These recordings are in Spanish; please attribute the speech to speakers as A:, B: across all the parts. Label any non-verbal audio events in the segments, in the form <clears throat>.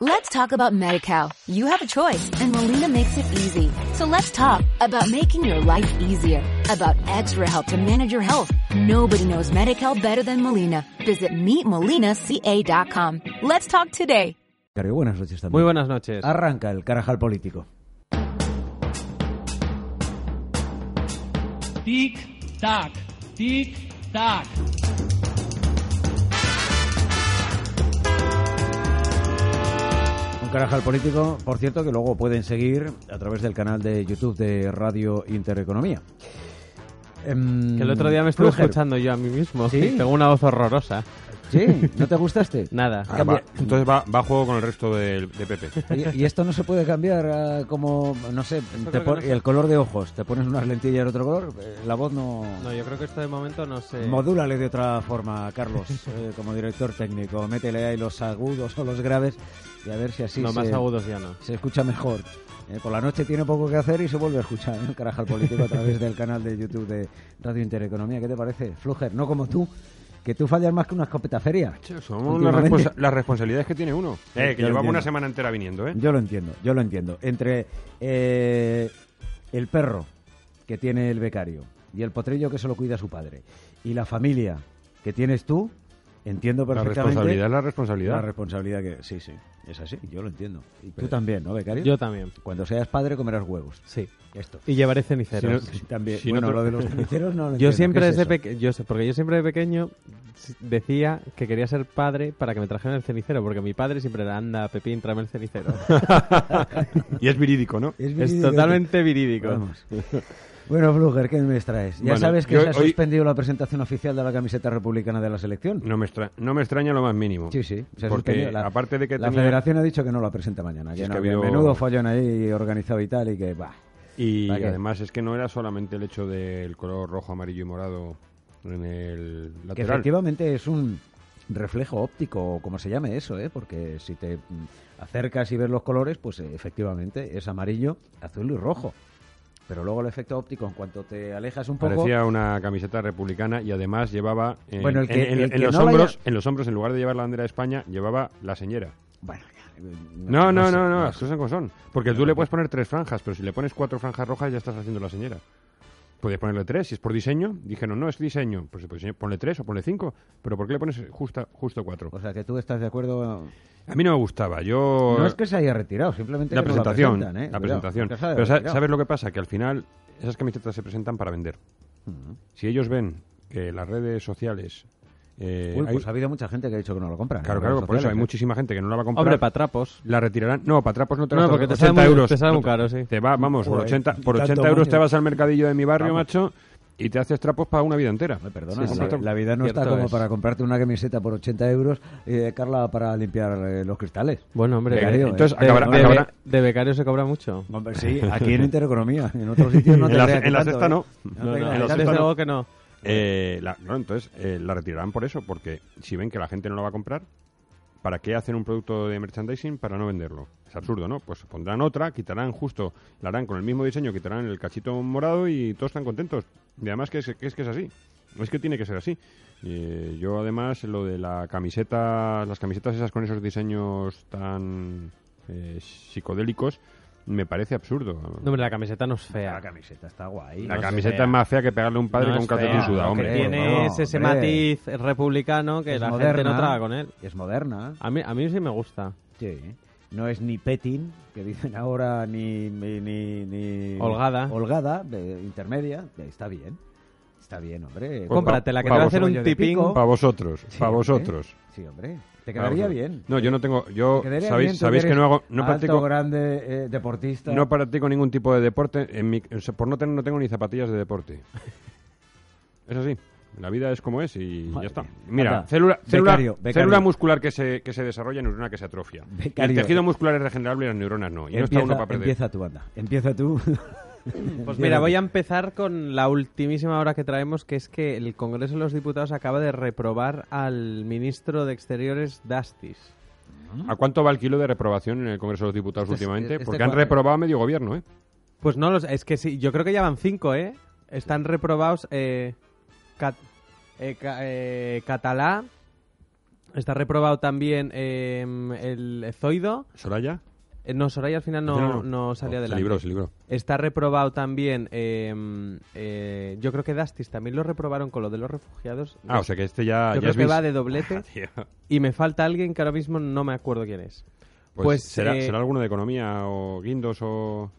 A: Let's talk about MediCal. You have a choice and Molina makes it easy. So let's talk about making your life easier, about extra help to manage your health. Nobody knows MediCal better than Molina. Visit meetmolinaca.com. Let's talk today.
B: Macario, buenas noches también.
C: Muy buenas noches.
B: Arranca el carajal político.
D: Tic tac, tic tac.
B: Un carajal político, por cierto, que luego pueden seguir a través del canal de YouTube de Radio Intereconomía. Em,
C: Que el otro día me estuve
B: Fluger,
C: escuchando yo a mí mismo. <laughs>
B: ¿Sí?
C: Tengo una voz horrorosa.
B: Sí, ¿no te
C: <laughs>
B: gustaste?
C: Nada.
E: Ah,
B: Cambia-
E: va. Entonces va, va a juego con el resto del- de, Pepe.
B: <laughs> Y, y esto no se puede cambiar ah, como, no sé, te
C: creo que
B: pon-
C: no se-
B: el color de ojos. Te pones unas lentillas de otro color, eh, la voz no...
C: No, yo creo que esto de momento no sé.
B: Modúlale de otra forma, Carlos, <laughs> eh, como director técnico. Métele ahí los agudos o los graves y a ver si así
C: no,
B: se...
C: más agudos ya no.
B: se escucha mejor. Eh, por la noche tiene poco que hacer y se vuelve a escuchar ¿eh? el carajal político a través del canal de YouTube de Radio Intereconomía. ¿Qué te parece, Fluger? No como tú, que tú fallas más que una escopeta feria.
E: Somos las,
B: Últimamente.
E: responsa- las responsabilidades que tiene uno.
B: Sí,
E: Eh, que
B: yo lo
E: llevamos
B: entiendo.
E: una semana entera viniendo, ¿eh?
B: Yo lo entiendo, yo lo entiendo. Entre eh, el perro que tiene el becario y el potrillo que se lo cuida su padre y la familia que tienes tú, entiendo
E: La
B: perfectamente
E: responsabilidad es la
B: la
E: responsabilidad.
B: responsabilidad que... Sí, sí, es así, yo lo entiendo. Y tú también, ¿no, becario?
C: Yo también.
B: Cuando seas padre comerás huevos.
C: Sí.
B: Esto.
C: Y llevaré ceniceros.
B: Sí, <laughs> también.
E: si no
B: bueno,
E: te-
B: lo de los ceniceros no lo
C: yo
B: entiendo. ¿Qué
C: siempre
B: es
C: desde
B: eso?
C: pequeño, yo sé, porque yo siempre de pequeño s- decía que quería ser padre para que me trajeran el cenicero, porque mi padre siempre era, anda, Pepín, tráeme el cenicero.
E: Y es verídico, ¿no?
B: Es
C: es
B: verídico.
C: totalmente virídico.
B: Vamos. Bueno, Fluger, ¿qué me extraes? Ya
E: Bueno,
B: sabes que
E: yo
B: se ha
E: hoy-
B: suspendido la presentación oficial de la camiseta republicana de la selección.
E: No me, extra- no me extraña lo más mínimo.
B: Sí, sí. se ha
E: porque
B: suspendido. La,
E: aparte de que
B: la
E: tenía-
B: federación ha dicho que no la presenta mañana.
E: Si
B: que
E: es
B: no,
E: que ha
B: que
E: habido-
B: Menudo follón ahí organizado y tal y que va.
E: Y
B: ¿Para qué?
E: además es que no era solamente el hecho del color rojo, amarillo y morado en el
B: Que
E: lateral.
B: efectivamente es un reflejo óptico, o como se llame eso, ¿eh? porque si te mm, acercas y ves los colores, pues eh, efectivamente es amarillo, azul y rojo. Pero luego el efecto óptico, en cuanto te alejas un poco,
E: Parecía una camiseta republicana y además llevaba eh, en,
B: Bueno, el que-
E: en- en-
B: el
E: en
B: que
E: los
B: no la
E: hombros,
B: haya-
E: en los hombros, en lugar de llevar la bandera de España, llevaba la señera.
B: Bueno, ya, eh,
E: No, no,
B: sé,
E: no, no, las
B: sé.
E: cosas son como son. Porque tú le puedes poner tres franjas, pero si le pones cuatro franjas rojas ya estás haciendo la señora. Podías ponerle tres, si es por diseño. Dijeron, no, es diseño. Pues, pues ponle tres o ponle cinco. Pero ¿por qué le pones justa, justo cuatro?
B: O sea, que tú estás de acuerdo.
E: A mí no me gustaba. Yo...
B: No es que se haya retirado, simplemente
E: la
B: que no
E: presentación.
B: la, presentan, ¿eh?
E: la
B: Cuidado,
E: presentación.
B: porque se ha
E: Pero sa-
B: retirado.
E: ¿sabes lo que pasa? Que al final esas camisetas se presentan para vender.
B: Mm.
E: Si ellos ven que las redes sociales... eh,
B: Uy,
E: hay-
B: pues ha habido mucha gente que ha dicho que no lo compra.
E: Claro,
B: en las
E: claro,
B: redes
E: por eso hay
B: sociales, ¿eh?
E: muchísima gente que no la va a comprar.
C: Hombre, para trapos.
E: La retirarán. No, para trapos no te
C: No,
E: gastas
C: porque te
E: 80
C: sale muy-
E: euros.
C: te sale muy
E: No,
C: caro, sí.
E: Te va, vamos, por
B: Joder,
E: 80, por
B: tanto
E: 80 euros
B: moño.
E: te vas al mercadillo de mi barrio,
B: Vamos.
E: macho, y te haces trapos para una vida entera.
B: Ay, perdona,
E: Sí,
B: la,
E: sí.
B: la vida no está
C: Cierto
B: como
C: es.
B: para comprarte una camiseta por 80 euros, eh, Carla, para limpiar eh, los cristales.
C: Bueno, hombre,
B: Venga,
C: de,
B: tío,
E: Entonces,
B: eh,
E: acabará-
B: no,
C: de-
E: acabará-
C: de becario se cobra mucho.
B: Hombre, sí, aquí en Intereconomía, en otros sitios no te
E: En la-
B: creas que
E: en la
B: tanto,
E: sexta
B: ¿eh?
E: no.
B: te
C: No, no,
B: creas que
E: en la
B: tanto.
C: desde
E: sexta
C: luego que no.
E: Eh, la- no, entonces, eh, la retirarán por eso, porque si ven que la gente no la va a comprar, ¿para qué hacen un producto de merchandising para no venderlo? Es absurdo, ¿no? Pues pondrán otra, quitarán justo, la harán con el mismo diseño, quitarán el cachito morado y todos están contentos. Y además que es que es, que es así. Es que tiene que ser así. Eh, yo además lo de la camiseta, las camisetas esas con esos diseños tan eh, psicodélicos, me parece absurdo.
C: No, hombre, la camiseta no es fea.
B: La camiseta está guay.
E: la
C: no es
E: camiseta
C: fea.
E: es más fea que pegarle a un padre
C: No
E: con un
C: es
E: calcetín
C: fea,
E: sudado,
C: lo
E: hombre.
C: Que
E: por
C: tiene
E: favor.
C: es ese
B: hombre.
C: matiz republicano que
B: Es
C: la gente
B: moderna.
C: no traga con él. Ah.
B: Es moderna,
C: A mí, a mí sí me gusta.
B: sí. No es ni petting, que dicen ahora, ni... ni, ni- ni-
C: Holgada.
B: Holgada, de- intermedia. eh, Está bien. Está bien, hombre.
E: Pues
C: Cómprate la que te
E: pa-
C: va a
E: pa-
C: hacer un
B: bollo de
C: tipín.
B: pico.
E: Para vosotros,
B: Sí, ¿eh?
E: para
B: hombre.
E: vosotros.
B: Sí, hombre. Te
E: Pa'
B: quedaría
E: vosotros.
B: bien.
E: No, yo no tengo. Yo
B: Te quedaría bien,
E: sabéis,
B: tú
E: sabéis que
B: eres
E: no hago, no
B: alto,
E: practico,
B: grande, eh, deportista.
E: no practico ningún tipo de deporte. En mi- o sea, por no tener, no tengo ni zapatillas de
B: <laughs>
E: deporte. Es así. La vida es como es y
B: Madre
E: ya está.
B: mía.
E: Mira,
B: Anda.
E: célula, célula,
B: Becario, becario.
E: célula muscular que se, que se desarrolla, neurona que se atrofia.
B: Becario.
E: El tejido muscular es regenerable y las neuronas no. Y no
B: empieza,
E: está uno para perder.
B: empieza tú, anda. Empieza tú.
C: <laughs> Pues mira, voy a empezar con la ultimísima hora que traemos, que es que el Congreso de los Diputados acaba de reprobar al ministro de Exteriores, Dastis.
E: ¿A cuánto va el kilo de reprobación en el Congreso de los Diputados
B: Este-
E: últimamente?
B: este
E: Porque han
B: cuadro.
E: reprobado a medio gobierno, ¿eh?
C: Pues no, los, es que sí, yo creo que ya van cinco, ¿eh? Están reprobados eh, Cat- eh, Ca- eh, Catalá, Está reprobado también eh, el Zoido.
E: Soraya.
C: Eh, no, Soraya al final
E: Al
C: no,
E: final Oh,
C: no, salía
E: Se
C: adelante.
E: libró, se libró.
C: Está reprobado también. eh, eh, yo creo que Dastis también lo reprobaron con lo de los refugiados.
E: Ah, o sea que este ya.
C: Yo
E: ya
C: creo
E: es
C: que
E: bis.
C: va de doblete.
E: Tío,
C: Y me falta alguien que ahora mismo no me acuerdo quién es.
E: Pues,
C: Pues,
E: será,
C: eh,
E: será alguno de economía o Guindos o.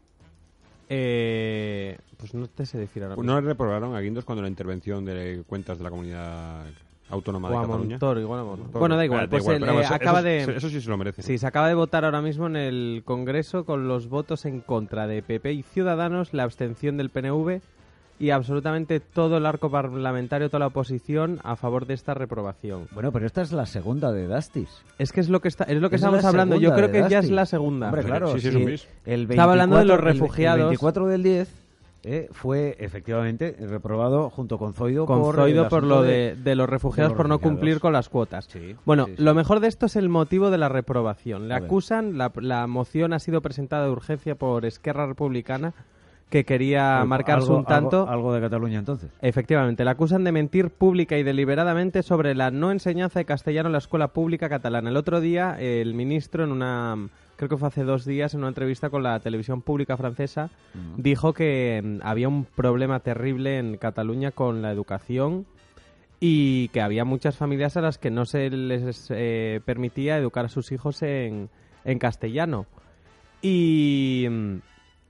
C: Eh, pues no te sé decir ahora mismo.
E: ¿No le reprobaron a Guindos cuando la intervención de cuentas de la comunidad autónoma
C: o
E: de
C: a
E: Cataluña?
C: Montoro, igual a Montoro.
E: Montoro.
C: Bueno, da
E: Ah,
C: igual. Pues él,
E: pero
C: eh,
E: eso-
C: acaba
E: eso-
C: de.
E: Eso sí se lo merece.
C: Sí, se acaba de votar ahora mismo en el Congreso con los votos en contra de PP y Ciudadanos, la abstención del PNV y absolutamente todo el arco parlamentario, toda la oposición a favor de esta reprobación.
B: Bueno, pero esta es la segunda de Dastis.
C: Es que es lo que está, es lo que
B: Es
C: estamos
B: la
C: hablando. Yo
B: segunda
C: creo
B: de
C: que ya
B: Dastis.
C: es la segunda.
B: Hombre,
E: Sí,
B: claro.
E: sí, sí, es
B: si
E: un bis.
B: el
C: Estaba hablando de los
B: 24 el-
C: refugiados.
B: El 24 del 10 eh, fue efectivamente reprobado junto con Zoido
C: con
B: por,
C: Zoido
B: el
C: por lo
B: asunto
C: de, de los refugiados
B: de los
C: por no
B: refugiados.
C: cumplir con las cuotas.
B: Sí,
C: bueno,
B: sí, sí.
C: lo mejor de esto es el motivo de la reprobación. Le
B: A ver.
C: acusan, la, la moción ha sido presentada de urgencia por Esquerra Republicana, que quería
B: Algo-
C: marcarse
B: algo-
C: un tanto.
B: algo, algo de Cataluña entonces.
C: Efectivamente, la acusan de mentir pública y deliberadamente sobre la no enseñanza de castellano en la escuela pública catalana. El otro día, eh, el ministro, en una. Creo que fue hace dos días, en una entrevista con la televisión pública francesa, dijo que mm, había un problema terrible en Cataluña con la educación y que había muchas familias a las que no se les eh, permitía educar a sus hijos en, en castellano. Y, mm,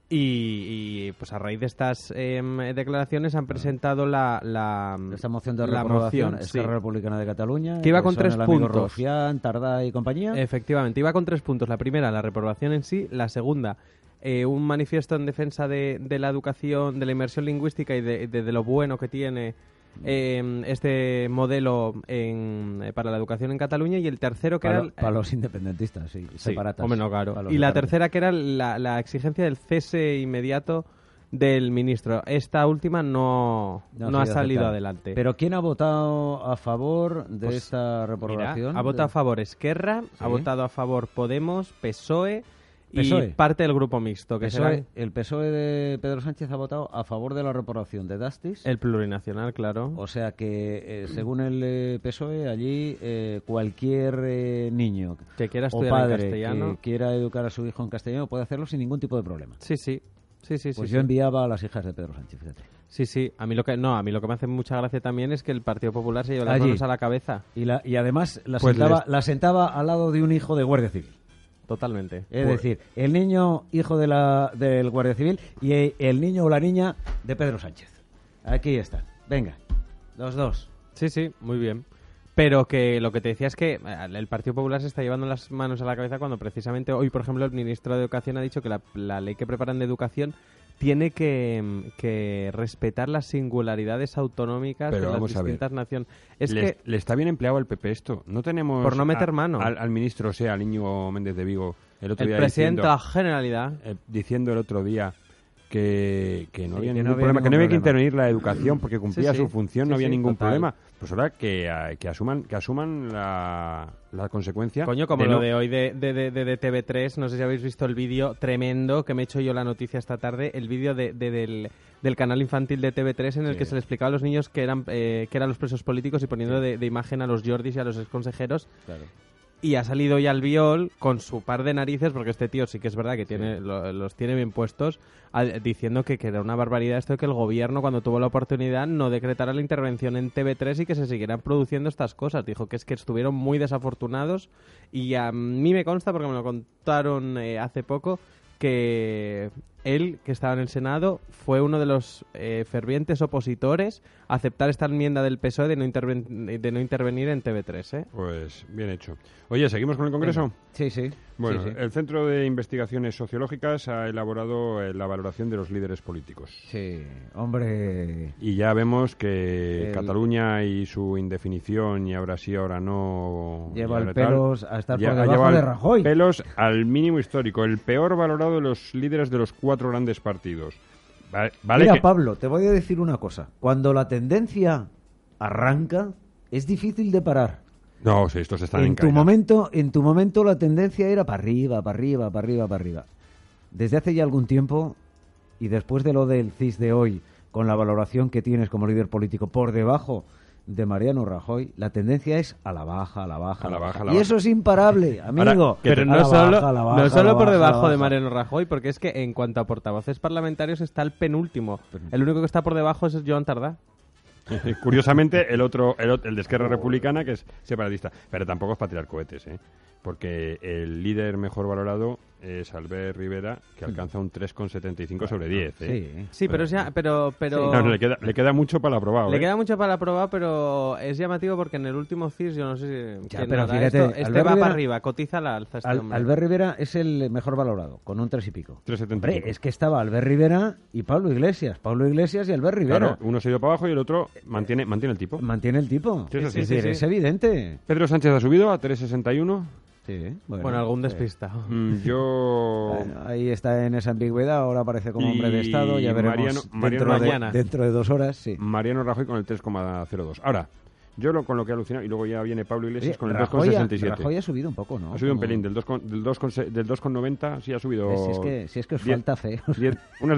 C: y, y, pues a raíz de estas em, declaraciones han presentado la, la, em,
B: Esta moción de
C: Mm, la
B: reprobación,
C: moción, sí.
B: Esquerra Republicana de Cataluña.
C: Que iba con
B: son
C: tres
B: el amigo
C: puntos.
B: Rufián, Tardá y compañía.
C: Efectivamente, iba con tres puntos. La primera, la reprobación en sí. La segunda, eh, un manifiesto en defensa de, de la educación, de la inmersión lingüística y de, de- de lo bueno que tiene eh, este modelo en- eh, para la educación en Cataluña. Y el tercero, que
B: para,
C: era... el-
B: para los independentistas, sí, separatas.
C: hombre, no, claro.
B: Para los
C: Y la
B: separatas.
C: tercera, que era la, la exigencia del cese inmediato del ministro. Esta última no,
B: No
C: no ha
B: sido
C: salido
B: aceptada.
C: adelante.
B: Pero ¿quién ha votado a favor de
C: Pues,
B: esta
C: Mira,
B: reprobación?
C: ha votado a favor Esquerra, ha
B: Sí.
C: votado a favor Podemos, PSOE E y
B: PSOE.
C: parte del grupo mixto, que
B: PSOE,
C: será
B: E, el PSOE de Pedro Sánchez ha votado a favor de la reprobación de Dastis.
C: el plurinacional, claro.
B: E. O sea que, eh, según el eh, PSOE, allí eh, cualquier eh, niño
C: Que
B: o
C: quiera estudiar en
B: padre
C: castellano.
B: que quiera educar a su hijo en castellano puede hacerlo sin ningún tipo de problema.
C: Sí, sí. Sí, sí,
B: Pues
C: sí,
B: yo
C: sí.
B: enviaba a las hijas de Pedro Sánchez, fíjate.
C: Sí, sí. A mí lo que no, a mí lo que me hace mucha gracia también es que el Partido Popular se lleva las
B: Allí.
C: manos a la cabeza.
B: Y, la- y además la,
E: Pues
B: sentaba,
E: les-
B: la sentaba al lado de un hijo de Guardia Civil.
C: Totalmente.
B: Es
E: Pues-
B: decir, el niño hijo de la, del Guardia Civil y eh, el niño o la niña de Pedro Sánchez. Aquí está. Venga, los dos.
C: Sí, sí, muy bien. Pero que lo que te decía es que eh, el Partido Popular se está llevando las manos a la cabeza cuando precisamente hoy, por ejemplo, el ministro de Educación ha dicho que la, la ley que preparan de educación tiene que, mm, que respetar las singularidades autonómicas
E: Pero
C: de las
E: vamos a ver.
C: distintas naciones. Es
E: le,
C: que
E: le está bien empleado al PP esto. No tenemos.
C: Por no meter mano.
E: Al, al ministro, o sea, al Íñigo Méndez de Vigo, el otro
C: el
E: día.
C: presidente de la
E: diciendo,
C: Generalidad...
E: eh, diciendo el otro día que, que no
B: Sí,
E: había
B: que
E: ningún
B: no había
E: problema, que no
B: ningún
E: había
B: problema.
E: que intervenir la educación porque cumplía
C: sí.
E: su función,
C: Sí,
E: no había
C: sí,
E: ningún
C: total.
E: problema. Pues ahora que, eh, que asuman que asuman la, la consecuencia.
C: Coño, como
E: de
C: lo
E: no-
C: de hoy de, de, de- de- de TV3, no sé si habéis visto el vídeo tremendo que me he hecho yo la noticia esta tarde, el vídeo de- de- del, del canal infantil de TV3 en el que se le explicaba a los niños que eran, eh, que eran los presos políticos y poniendo de, de imagen a los Jordis y a los exconsejeros. Y ha salido ya al viol con su par de narices, porque este tío sí que es verdad que tiene lo- los tiene bien puestos, al- diciendo que, que era una barbaridad esto de que el gobierno, cuando tuvo la oportunidad, no decretara la intervención en TV3 y que se siguieran produciendo estas cosas. Dijo que es que estuvieron muy desafortunados y a mí me consta, porque me lo contaron eh, hace poco, que él, que estaba en el Senado, fue uno de los eh, fervientes opositores a aceptar esta enmienda del PSOE E de no, interven- de no intervenir en TV3, ¿eh?
E: Pues bien hecho. Oye, ¿seguimos con el Congreso?
B: Sí, sí.
E: Bueno, eh,
B: sí, sí.
E: el Centro de Investigaciones Sociológicas ha elaborado eh, la valoración de los líderes políticos.
B: Sí, hombre.
E: Y ya vemos que
B: El-
E: Cataluña y su indefinición y ahora sí, ahora no...
B: Lleva
E: y
B: el
E: ahora tal,
B: pelos a estar
E: ya
B: por
E: ha
B: debajo
E: llevado
B: de
E: el
B: Rajoy.
E: Pelos al mínimo histórico, el peor valorado de los líderes de los cuatro grandes partidos. Vale, vale
B: Mira,
E: que-
B: Pablo, te voy a decir una cosa. Cuando la tendencia arranca, es difícil de parar.
E: No, sí, estos están en,
B: En tu,
E: caída.
B: momento, en tu momento la tendencia era para arriba, para arriba, para arriba, para arriba. Desde hace ya algún tiempo, y después de lo del CIS de hoy, con la valoración que tienes como líder político por debajo de Mariano Rajoy, la tendencia es a la baja, a la baja,
E: A la baja, a la
B: y
E: baja.
B: eso es imparable, amigo.
E: que te-
C: Pero
B: A
C: no
B: la baja,
C: solo,
B: a la baja,
C: no
B: a
C: solo
B: la
C: por
B: baja, a la
C: debajo de
B: baja.
C: Mariano Rajoy, porque es que en cuanto a portavoces parlamentarios está el penúltimo.
B: Pero-
C: El único que está por debajo es Joan Tardá.
E: <laughs> Curiosamente, el otro, el, ot- el de Esquerra Republicana, que es separatista. Pero tampoco es para tirar cohetes, ¿eh? Porque el líder mejor valorado es Albert Rivera, que alcanza un 3,75 sobre 10. ¿eh?
B: Sí.
C: Sí, pero, es ya- pero, pero
E: No, no, le, queda, le queda mucho para aprobado.
C: le
E: ¿eh?
C: queda mucho para probar, pero es llamativo porque en el último CIS, yo no sé si...
B: Ya,
C: quién
B: pero
C: hará
B: fíjate,
C: esto, este
B: Albert
C: va
B: Rivera-
C: para arriba, cotiza la alza este
B: Al-
C: hombre.
B: Albert Rivera es el mejor valorado, con un tres y pico.
E: 3,75.
B: Hombre, es que estaba Albert Rivera y Pablo Iglesias. Pablo Iglesias y Albert Rivera.
E: Claro, uno se ha ido para abajo y el otro mantiene, mantiene el tipo.
B: Mantiene el tipo.
E: Sí, sí,
B: es
E: sí,
B: decir,
C: sí, sí.
B: es evidente.
E: Pedro Sánchez ha subido a 3,61.
B: Sí,
C: Bueno, algún
B: sí.
C: despistado.
E: Mm, Yo...
B: Bueno, ahí está en esa ambigüedad, ahora aparece como hombre de
E: Y
B: Estado, ya veremos
E: Mariano-
B: dentro,
E: Mariano-
B: de,
C: Mañana.
B: dentro de dos horas, sí.
E: Mariano Rajoy con el 3,02. Ahora, yo lo, con lo que he alucinado, y luego ya viene Pablo Iglesias
B: Oye,
E: con el
B: Rajoy ha- Rajoy
E: 2,67.
B: ha subido un poco, ¿no?
E: Ha subido un
B: Como-
E: pelín, del 2,90 del 2,90 del 2,90, sí ha subido...
B: Eh, Si es que, si es que os
E: diez-
B: falta fe.
E: diez- unas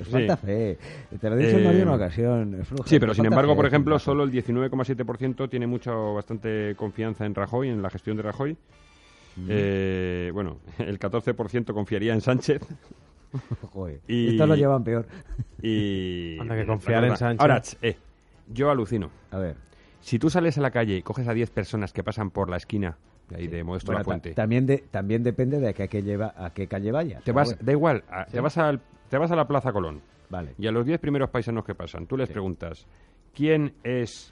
B: <laughs> os
E: sí.
B: falta fe. Te lo he dicho en
E: Eh,
B: más de una ocasión. eh, Flujo,
E: Sí, pero
B: os
E: sin
B: falta
E: embargo,
B: fe,
E: por
B: os
E: ejemplo,
B: falta fe.
E: solo el 19,7% tiene mucha o bastante confianza en Rajoy, en la gestión de Rajoy.
B: Mm.
E: Eh, bueno, <laughs> el 14% confiaría en Sánchez
B: Joder,
E: y-
B: Esto lo llevan peor.
E: y...
C: Anda, que confiar en Sánchez.
E: Ahora, ch, eh, yo alucino.
B: A ver.
E: Si tú sales a la calle y coges a 10 personas que pasan por la esquina de ahí de Modesto
B: Bueno,
E: La
B: ta-
E: Fuente,
B: También, de, también depende de a qué, a qué lleva, a qué calle vaya.
E: te
B: pero
E: vas,
B: bueno,
E: da igual, a- te, vas al, te vas a la Plaza Colón
B: vale.
E: y a los 10 primeros paisanos que pasan, tú les preguntas, ¿quién es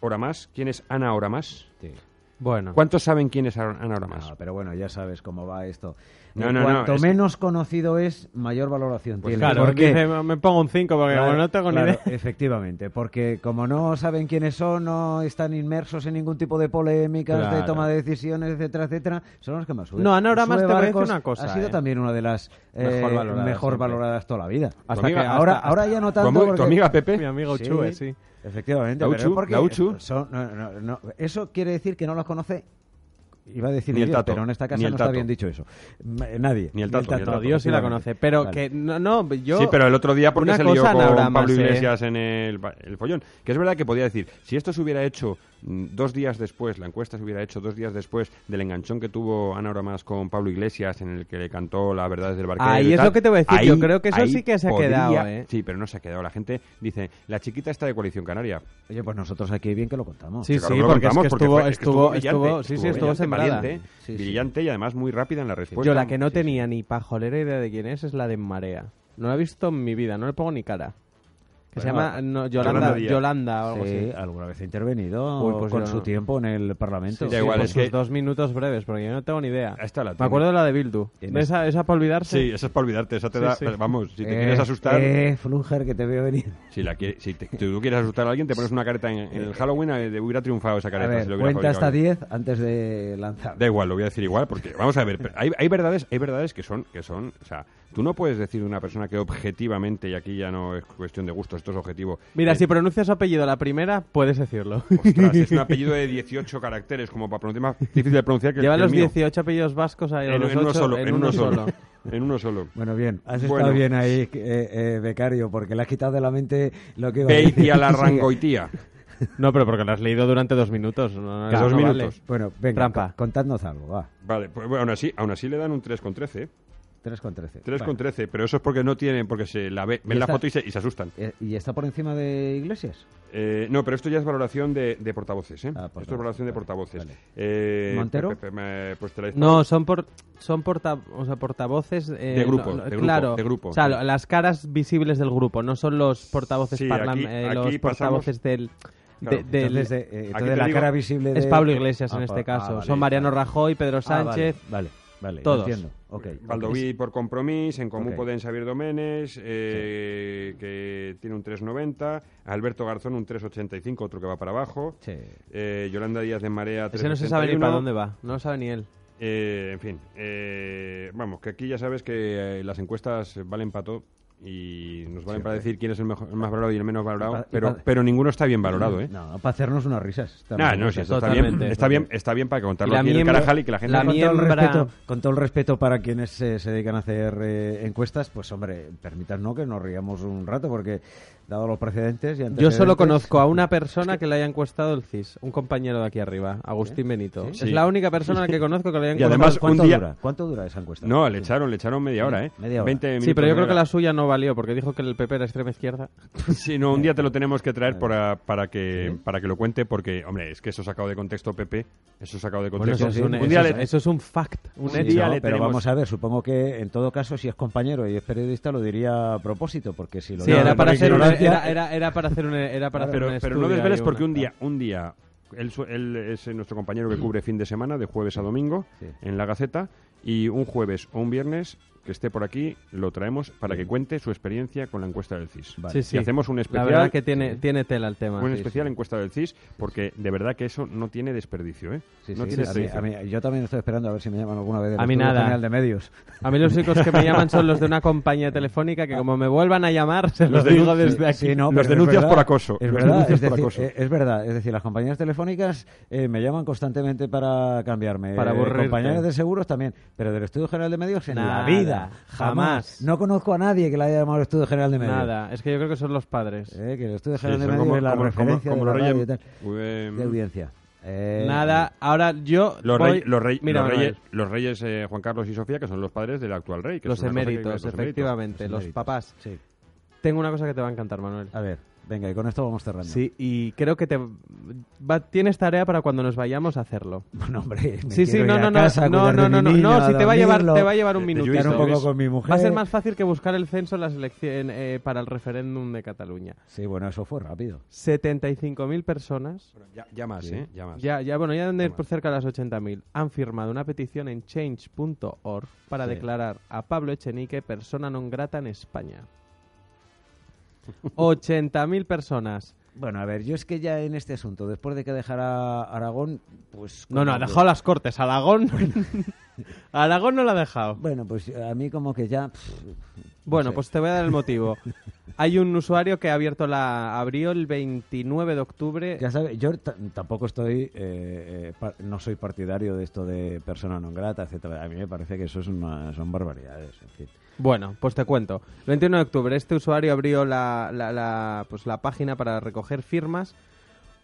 E: Oramás? ¿Quién es Ana Oramás?
B: sí.
C: Bueno,
E: ¿Cuántos saben quién es Ana Oramás?
B: No, Ah, pero bueno, ya sabes cómo va esto.
E: No, no, no,
B: Cuanto
E: es-
B: menos conocido es, mayor valoración tiene.
C: Pues claro,
B: ¿Por qué?
C: dice, me pongo un 5 porque
B: Claro,
C: como no tengo
B: claro,
C: ni idea. <laughs>
B: Efectivamente, porque como no saben quiénes son, no están inmersos en ningún tipo de polémicas, de
E: Claro.
B: toma de decisiones, etcétera, etcétera, son los que más suben.
C: No, Ana Oramas
B: más
C: te voy a decir una cosa,
B: Ha sido
C: eh.
B: también una de las eh,
C: Mejor valoradas
B: mejor
C: siempre.
B: valoradas toda la vida.
C: Hasta
E: amiga-
C: que-
B: ahora,
C: hasta-
B: ahora ya no
E: Tu,
B: tanto.
E: amu- tu
B: porque-
E: amiga Pepe,
C: Mi amigo Uchue, sí.
B: Efectivamente.
E: La
B: pero
E: Uchu,
B: es porque
E: la Uchu.
B: son- no, no, no, eso quiere decir que no los conoce. Iba a decir
E: Ni el
B: Dios,
E: Tato,
B: pero en esta casa
E: ni el
B: no está
E: Tato.
B: bien dicho eso. M- Nadie.
E: Ni el Tato, ni el
C: No,
E: Tato,
C: Dios sí la
B: efectivamente.
C: conoce. Pero
B: Vale.
C: que no, no, yo...
E: Sí, pero el otro día porque
C: una
E: se lió
C: cosa,
E: con
C: Ana Oramas,
E: Pablo
C: eh.
E: Iglesias en el, ba- el follón. Que es verdad que podía decir, si esto se hubiera hecho mm, dos días después, la encuesta se hubiera hecho dos días después del enganchón que tuvo Ana Oramas con Pablo Iglesias en el que le cantó la verdad desde el barquero.
C: Ahí
E: y
C: es
E: tal,
C: lo que te voy a decir,
E: ahí-
C: yo creo que eso
E: ahí
C: sí que se ha
E: podría-
C: quedado, ¿eh?
E: Sí, pero no se ha quedado. La gente dice, la chiquita está de Coalición Canaria.
B: Oye, pues nosotros aquí bien que lo contamos.
C: Sí,
E: Claro
C: sí,
E: lo
C: porque es que
E: contamos,
C: estuvo,
E: fue-
C: estuvo,
E: brillante,
C: estuvo, sí, sí, estuvo
E: brillante,
C: sembrada.
E: valiente,
B: Sí, sí.
E: brillante y además muy rápida en la respuesta.
C: Yo la que no tenía ni pajolera idea de quién es es la de Marea. No la he visto en mi vida, no le pongo ni cara. Que se
E: Bueno,
C: llama no,
E: Yolanda
C: Yolanda,
E: Díaz.
C: Yolanda o algo
B: Pues Sí,
C: así.
B: alguna vez ha intervenido
C: Uy, pues
B: con
C: yo
B: su
C: no.
B: tiempo en el Parlamento. pues,
E: Sí, da igual,
C: por
E: es
C: pues sus
E: que-
C: dos minutos breves, porque yo no tengo ni idea.
E: Esta la
C: Me
E: tengo.
C: acuerdo de la de Bildu.
B: Tienes-
C: Esa, esa para olvidarse.
E: Sí, eso es para olvidarte, esa te
C: Sí,
E: da,
C: sí.
E: vamos, si te
B: Eh,
E: quieres asustar,
B: Eh, Flunger, que te veo venir.
E: Si, la quiere- si te- tú quieres asustar a alguien, te pones una careta en, en el Halloween, eh, de- hubiera triunfado esa
B: A
E: careta. si
B: ver,
E: lo hubiera
B: cuenta hasta
E: fabricado alguien.
B: 10 antes de lanzar.
E: Da igual, lo voy a decir igual, porque vamos a ver, pero hay, hay verdades, hay verdades que son, que son, o sea, tú no puedes decir de una persona que objetivamente, y aquí ya no es cuestión de gusto, esto es objetivo.
C: Mira,
E: eh,
C: si pronuncias su apellido a la primera, puedes
E: <laughs>
C: decirlo.
E: ostras, es un apellido de 18 caracteres, como para pronunciar más difícil de pronunciar que
C: <laughs>
E: el-
C: Lleva
E: que el
C: los
E: mío.
C: 18 apellidos vascos ahí, o
E: en,
C: los
E: en uno
C: ocho,
E: solo,
C: en uno
E: <laughs>
C: solo.
E: en uno solo.
B: Bueno, bien, has
E: Bueno.
B: estado bien ahí, eh, eh, becario, porque le has quitado de la mente lo que iba a decir.
E: Peiti a
B: <laughs>
E: la rangoitía.
C: No, pero porque lo has leído durante dos minutos. no- no-
E: Claro,
C: eso
E: dos
C: no vale.
E: minutos.
B: Bueno, venga,
C: Trampa.
B: co- contadnos algo, va.
E: Vale, pues bueno, aún así, aún así le dan un 3 con 13.
B: 3 con 13.
E: 3
B: Vale.
E: con 13, pero eso es porque no tienen, porque se la ve- ven
B: Y
E: la
B: está-
E: foto y se- y se asustan.
B: Eh, ¿Y está por encima de Iglesias?
E: Eh, no, pero esto ya es valoración de, de portavoces, ¿eh?
B: Ah, portavoces,
E: esto es valoración de
B: vale,
E: portavoces.
B: vale.
E: Eh,
B: ¿Montero?
E: pe- pe- me- pues te la-
C: No, son por son porta- o sea, portavoces eh,
E: De grupo,
C: no- no-
E: de grupo,
C: claro,
E: de grupo.
C: O sea, lo- las caras visibles del grupo, no son los portavoces
E: Sí,
C: parlam-
E: aquí-
C: eh,
E: aquí
C: los
E: pasamos-
C: portavoces del
E: Claro,
C: de- del-
B: entonces, de- eh, entonces
E: te
B: la
E: digo-
B: cara visible de...
C: es Pablo Iglesias en
B: Ah,
C: este
B: pa-
C: caso.
B: ah, vale,
C: son Mariano
B: vale.
C: Rajoy, Pedro
B: Ah, vale,
C: Sánchez.
B: Vale, vale, lo
C: todos.
B: entiendo. Ok, ok.
E: Baldoví por compromiso, en Común
B: Ok.
E: Podem Xavier Doménez, eh, que tiene un 3,90, Alberto Garzón un 3,85, otro que va para abajo,
B: Sí.
E: eh, Yolanda Díaz de Marea 3,81.
C: Ese no se sabe ni para dónde va, no lo sabe ni él.
E: Eh, en fin, eh, vamos, que aquí ya sabes que eh, las encuestas valen para todo. y nos valen para decir quién es el, mejor, el más valorado y el menos
B: Y
E: valorado,
B: pa- y
E: pero,
B: pa- Mm.
E: pero ninguno está bien valorado, ¿eh?
B: No, para hacernos unas risas. Está
E: Nah,
B: bien.
E: no, sí, eso está bien,
C: Totalmente.
E: está bien, está bien para contarlo
C: Y la
E: aquí en el
C: miembro-
E: Carajal y que la gente
C: la
E: lo-
B: con, todo el
C: miembra-
B: respeto, con todo el respeto para quienes eh, se dedican a hacer eh, encuestas, pues hombre, permítanos que nos riamos un rato, porque dado los precedentes y
C: Yo
B: antecedentes-
C: solo conozco a una persona que le haya encuestado el CIS, un compañero de aquí arriba, Agustín Benito.
E: Sí.
C: Es la única persona a la que conozco que le haya
E: Y
C: encuestado.
E: además un
B: ¿Cuánto,
E: día-
B: dura? ¿Cuánto dura esa encuesta?
E: No, le echaron, le echaron media hora, ¿eh?
B: Media hora.
E: 20 minutos.
C: Sí, pero yo creo que
E: media
C: la suya no valió porque dijo que el PP era extrema izquierda.
E: hora. Sí, no, un día te lo tenemos
C: <laughs>
E: que traer para, para, que, para que lo cuente, porque, hombre, es que eso sacado de contexto, Pepe. Eso sacado de
C: Bueno,
E: contexto.
C: eso, es un,
E: un día
C: eso es-
E: le-
C: eso es un fact. Un
E: Sí,
B: Sí,
C: hecho.
E: día
B: no,
E: le
B: pero
E: tenemos-
B: vamos a ver, supongo que en todo caso, si es compañero y es periodista, lo diría a propósito, porque si lo
C: Sí,
E: No,
B: digo
C: era,
B: por
E: no,
C: para
E: no,
C: hacer, una-
B: ignorancia-
C: era, era- era para hacer un, era para hacer
E: pero,
C: un
E: pero no
C: estudio
E: desveles
C: ahí,
E: porque un
C: una-
E: día, un día, él, su- él es nuestro compañero que cubre fin de semana, de jueves a domingo,
B: Sí.
E: en la Gaceta, y un jueves o un viernes que esté por aquí, lo traemos para que cuente su experiencia con la encuesta del CIS.
B: Vale.
C: Sí, sí.
E: Y hacemos un
C: La
E: especial,
C: verdad que tiene, tiene tela el tema.
E: un
C: sí,
E: especial
C: sí.
E: encuesta del CIS, porque de verdad que eso no tiene desperdicio, ¿eh?
B: Sí,
E: no
B: sí,
E: tiene
B: a mí-
E: desperdicio.
B: a mí- yo también estoy esperando a ver si me llaman alguna vez del
C: A mí
B: Estudio
C: nada.
B: General de medios.
C: A mí los chicos que me llaman son los de una compañía telefónica que como me vuelvan a llamar, se los
E: Los denun-
C: digo desde aquí.
E: sí, no,
B: pero
E: Los
B: es
E: denuncias por acoso.
B: Es
E: Los
B: verdad,
E: denuncias
B: es,
E: por
B: decir,
E: acoso.
B: eh, es verdad. Es decir, las compañías telefónicas eh, me llaman constantemente para cambiarme.
C: Para
B: Eh,
C: aburrirte.
B: compañías de seguros también. Pero del Estudio General de Medios en
C: Nada,
B: la vida.
C: jamás.
B: Jamás. No conozco a nadie que la haya llamado Estudio General de Medios.
C: Nada, es que yo creo que son los padres.
B: Eh, que el Estudio
E: Sí,
B: General de
E: son
B: Medios es la referencia de
E: como los
B: la radio
E: reyes-
B: y tal.
E: eh,
B: de audiencia. Eh,
C: Nada, ahora yo
E: Los,
C: voy-
E: rey- los, rey-
C: Mira,
E: los
C: Manuel,
E: reyes, los reyes eh, Juan Carlos y Sofía, que son los padres del actual rey. Que
C: los
E: es una cosa que-
C: eméritos,
E: los eméritos.
C: efectivamente, los,
B: eméritos.
C: papás.
B: Sí.
C: Tengo una cosa que te va a encantar, Manuel.
B: A ver, venga, y con esto vamos cerrando.
C: Sí, y creo que te va- tienes tarea para cuando nos vayamos a hacerlo.
B: Bueno, hombre, me
C: sí, sí,
B: quiero
C: no,
B: ir a
C: no, no,
B: casa,
C: no,
B: cuidar
C: no,
B: de
C: no,
B: mi
C: no,
B: niño,
C: no, si te va a llevar,
B: dormirlo,
C: te va a llevar un
E: de- de
C: minuto.
B: estar un
E: Luis,
B: poco Eh. con mi mujer.
C: Va a ser más fácil que buscar el censo en las elección- eh, para el referéndum de Cataluña.
B: Sí, bueno, eso fue rápido.
C: 75.000 personas,
E: Bueno, Ya, ya más, ¿eh? Ya más.
C: ya, ya bueno, ya deben de ir por cerca de las 80.000, han firmado una petición en change.org para
B: Sí.
C: declarar a Pablo Echenique persona non grata en
B: <laughs>
C: España. 80.000 personas.
B: Bueno, a ver, yo es que ya en este asunto, después de que dejara Aragón, pues...
C: No, no, ha
B: como que-
C: dejado las
B: <laughs>
C: cortes. Aragón. Aragón no la ha dejado.
B: Bueno, pues a mí como que ya... pff, no
C: Bueno,
B: sé.
C: pues te voy a dar el motivo. Hay un usuario que ha abierto la. abrió el 29 de octubre.
B: Ya sabes, yo ta- tampoco estoy, eh, eh, pa- no soy partidario de esto de persona non grata, etcétera. A mí me parece que eso es una- son barbaridades, en fin.
C: Bueno, pues te cuento. El 21 de octubre este usuario abrió la, la- la, pues la página para recoger firmas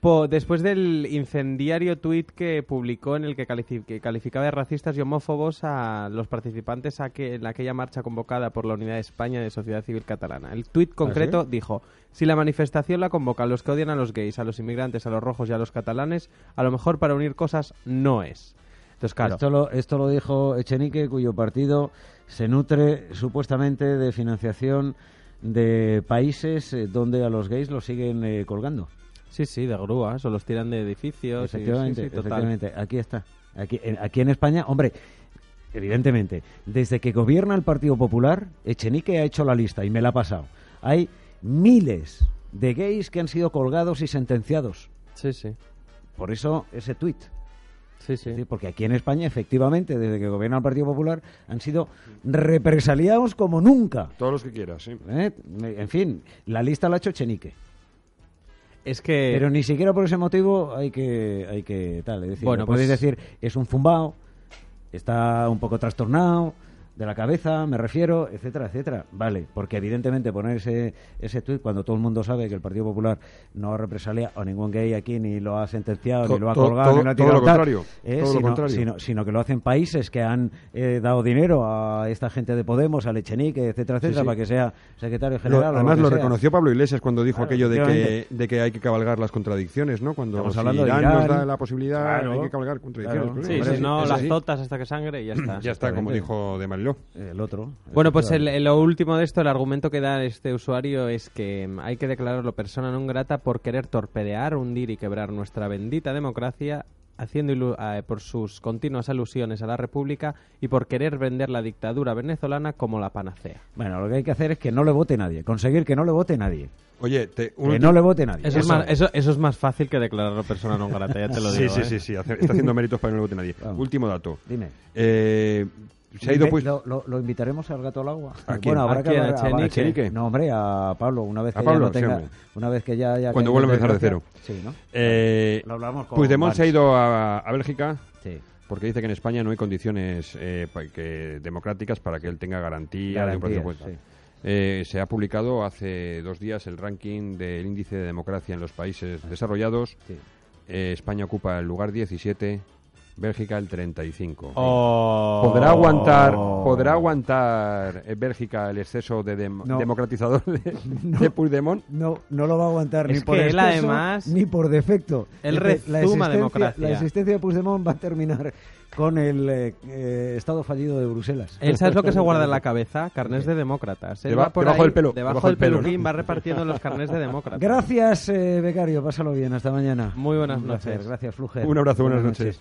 C: po- después del incendiario tuit que publicó en el que, califi- que calificaba de racistas y homófobos a los participantes a que, en aquella marcha convocada por la Unidad de España de Sociedad Civil Catalana. El
B: ¿Ah,
C: tuit concreto dijo, si la manifestación la convocan los que odian a los gays, a los inmigrantes, a los rojos y a los catalanes, a lo mejor para unir cosas no es. Entonces, claro,
B: Esto, lo, esto lo dijo Echenique, cuyo partido se nutre supuestamente de financiación de países eh, donde a los gays los siguen eh, colgando.
C: sí, sí, de grúas o los tiran de edificios. y- sí,
B: Efectivamente,
C: sí, total.
B: efectivamente. Aquí está. Aquí en, aquí en España, hombre, evidentemente, desde que gobierna el Partido Popular, Echenique ha hecho la lista y me la ha pasado. Hay miles de gays que han sido colgados y sentenciados.
C: Sí, sí.
B: Por eso ese tuit.
C: Sí, sí.
B: Sí, porque aquí en España, efectivamente, desde que gobierna el Partido Popular, han sido represaliados como nunca.
E: Todos los que quieras, sí.
B: ¿eh? En fin, la lista la ha hecho Echenique.
C: Es que.
B: Pero ni siquiera por ese motivo hay que, hay que tal. Es decir,
C: Bueno,
B: no podéis
C: pues-
B: decir, es un zumbao, está un poco trastornado, de la cabeza, me refiero, etcétera, etcétera. Vale, porque evidentemente poner ese, ese tuit cuando todo el mundo sabe que el Partido Popular no represalia a ningún gay aquí, ni lo ha sentenciado,
E: To-
B: ni lo ha
E: to-
B: colgado,
E: todo-
B: ni lo ha
E: todo
B: tirado
E: lo
B: tal,
E: contrario,
B: eh,
E: todo lo
B: sino-
E: contrario.
B: sino- sino que lo hacen países que han eh, dado dinero a esta gente de Podemos, al Echenique, etcétera, etcétera,
E: sí.
B: para que sea secretario
E: Lo-
B: general. o
E: además
B: que
E: lo
B: sea.
E: reconoció Pablo Iglesias cuando dijo
B: Claro,
E: aquello de que,
B: efectivamente.
E: de que hay que cabalgar las contradicciones, ¿no? Cuando
B: Estamos
E: si
B: hablando de
E: Irán
B: Irán.
E: nos da la posibilidad,
B: Claro.
E: hay que cabalgar contradicciones.
B: Claro.
E: Pues,
C: Sí,
E: hombre,
C: si
E: sí,
C: no,
E: es
C: las
E: así.
C: zotas hasta que sangre y ya está.
E: <clears throat> Ya está, como dijo de Mariló.
B: El otro.
C: Bueno, pues el,
B: efectivamente.
C: lo último de esto, el argumento que da este usuario es que mm, hay que declararlo persona non grata por querer torpedear, hundir y quebrar nuestra bendita democracia, haciendo ilu- eh, por sus continuas alusiones a la República y por querer vender la dictadura venezolana como la panacea.
B: Bueno, lo que hay que hacer es que no le vote nadie, conseguir que no le vote nadie.
E: Oye, te, un
B: Que
E: último-
B: no le vote nadie.
C: Eso, es, más, eso, eso es más fácil que declararlo persona non grata, ya te lo
E: <laughs> Sí,
C: digo.
E: sí,
C: ¿eh?
E: sí, sí, hace- está haciendo méritos para que no le vote nadie.
B: Vamos.
E: Último dato.
B: Dime.
E: Eh, se ha ido
B: Ve-
E: pues
B: lo, lo- lo invitaremos al gato al agua.
E: ¿A quién?
B: bueno, habrá
C: ¿A
B: que
C: quién?
B: hablar-
C: ¿A
B: habrá-
E: Chenique? Chenique.
B: No, hombre, a Pablo, una vez
E: A
B: que ya lo
E: Pablo, sí,
B: tenga,
E: hombre.
B: una vez que ya, ya tenga
E: Cuando vuelva a empezar de
B: desgracia-
E: cero.
B: Sí, ¿no?
E: eh,
B: Lo hablamos con
E: Puigdemont
B: Valls.
E: se ha ido a, a Bélgica
B: Sí.
E: porque dice que en España no hay condiciones eh, pa- que- democráticas para que él tenga garantía de
B: Garantías,
E: un presupuesto.
B: sí.
E: Eh, se ha publicado hace dos días el ranking del índice de democracia en los países desarrollados.
B: Sí.
E: Eh, España ocupa el lugar 17, Bélgica el 35.
C: Oh.
E: ¿Podrá aguantar,
B: Oh.
E: ¿podrá aguantar eh, Bélgica el exceso de dem-
B: No.
E: democratizador de, de Puigdemont?
B: No, no lo va a aguantar
C: Es
B: ni por
C: que él,
B: exceso,
C: además,
B: ni por defecto.
C: él
B: Dice, la
C: rezuma
B: existencia-
C: democracia.
B: La existencia de Puigdemont va a terminar con el eh, eh, estado fallido de Bruselas.
C: Él sabes lo que se guarda en la cabeza, carnés de demócratas. Él
E: Deba-
C: va por
E: debajo
C: ahí,
E: del pelo,
C: Debajo
E: debajo
C: del
E: del pelo,
C: peluquín
E: ¿no?
C: va repartiendo los carnés de
B: <laughs>
C: demócratas.
B: Gracias, eh, becario. Pásalo bien. Hasta mañana.
C: Muy buenas
B: Un placer.
C: noches.
B: Gracias, Fluger.
E: Un abrazo, buenas noches.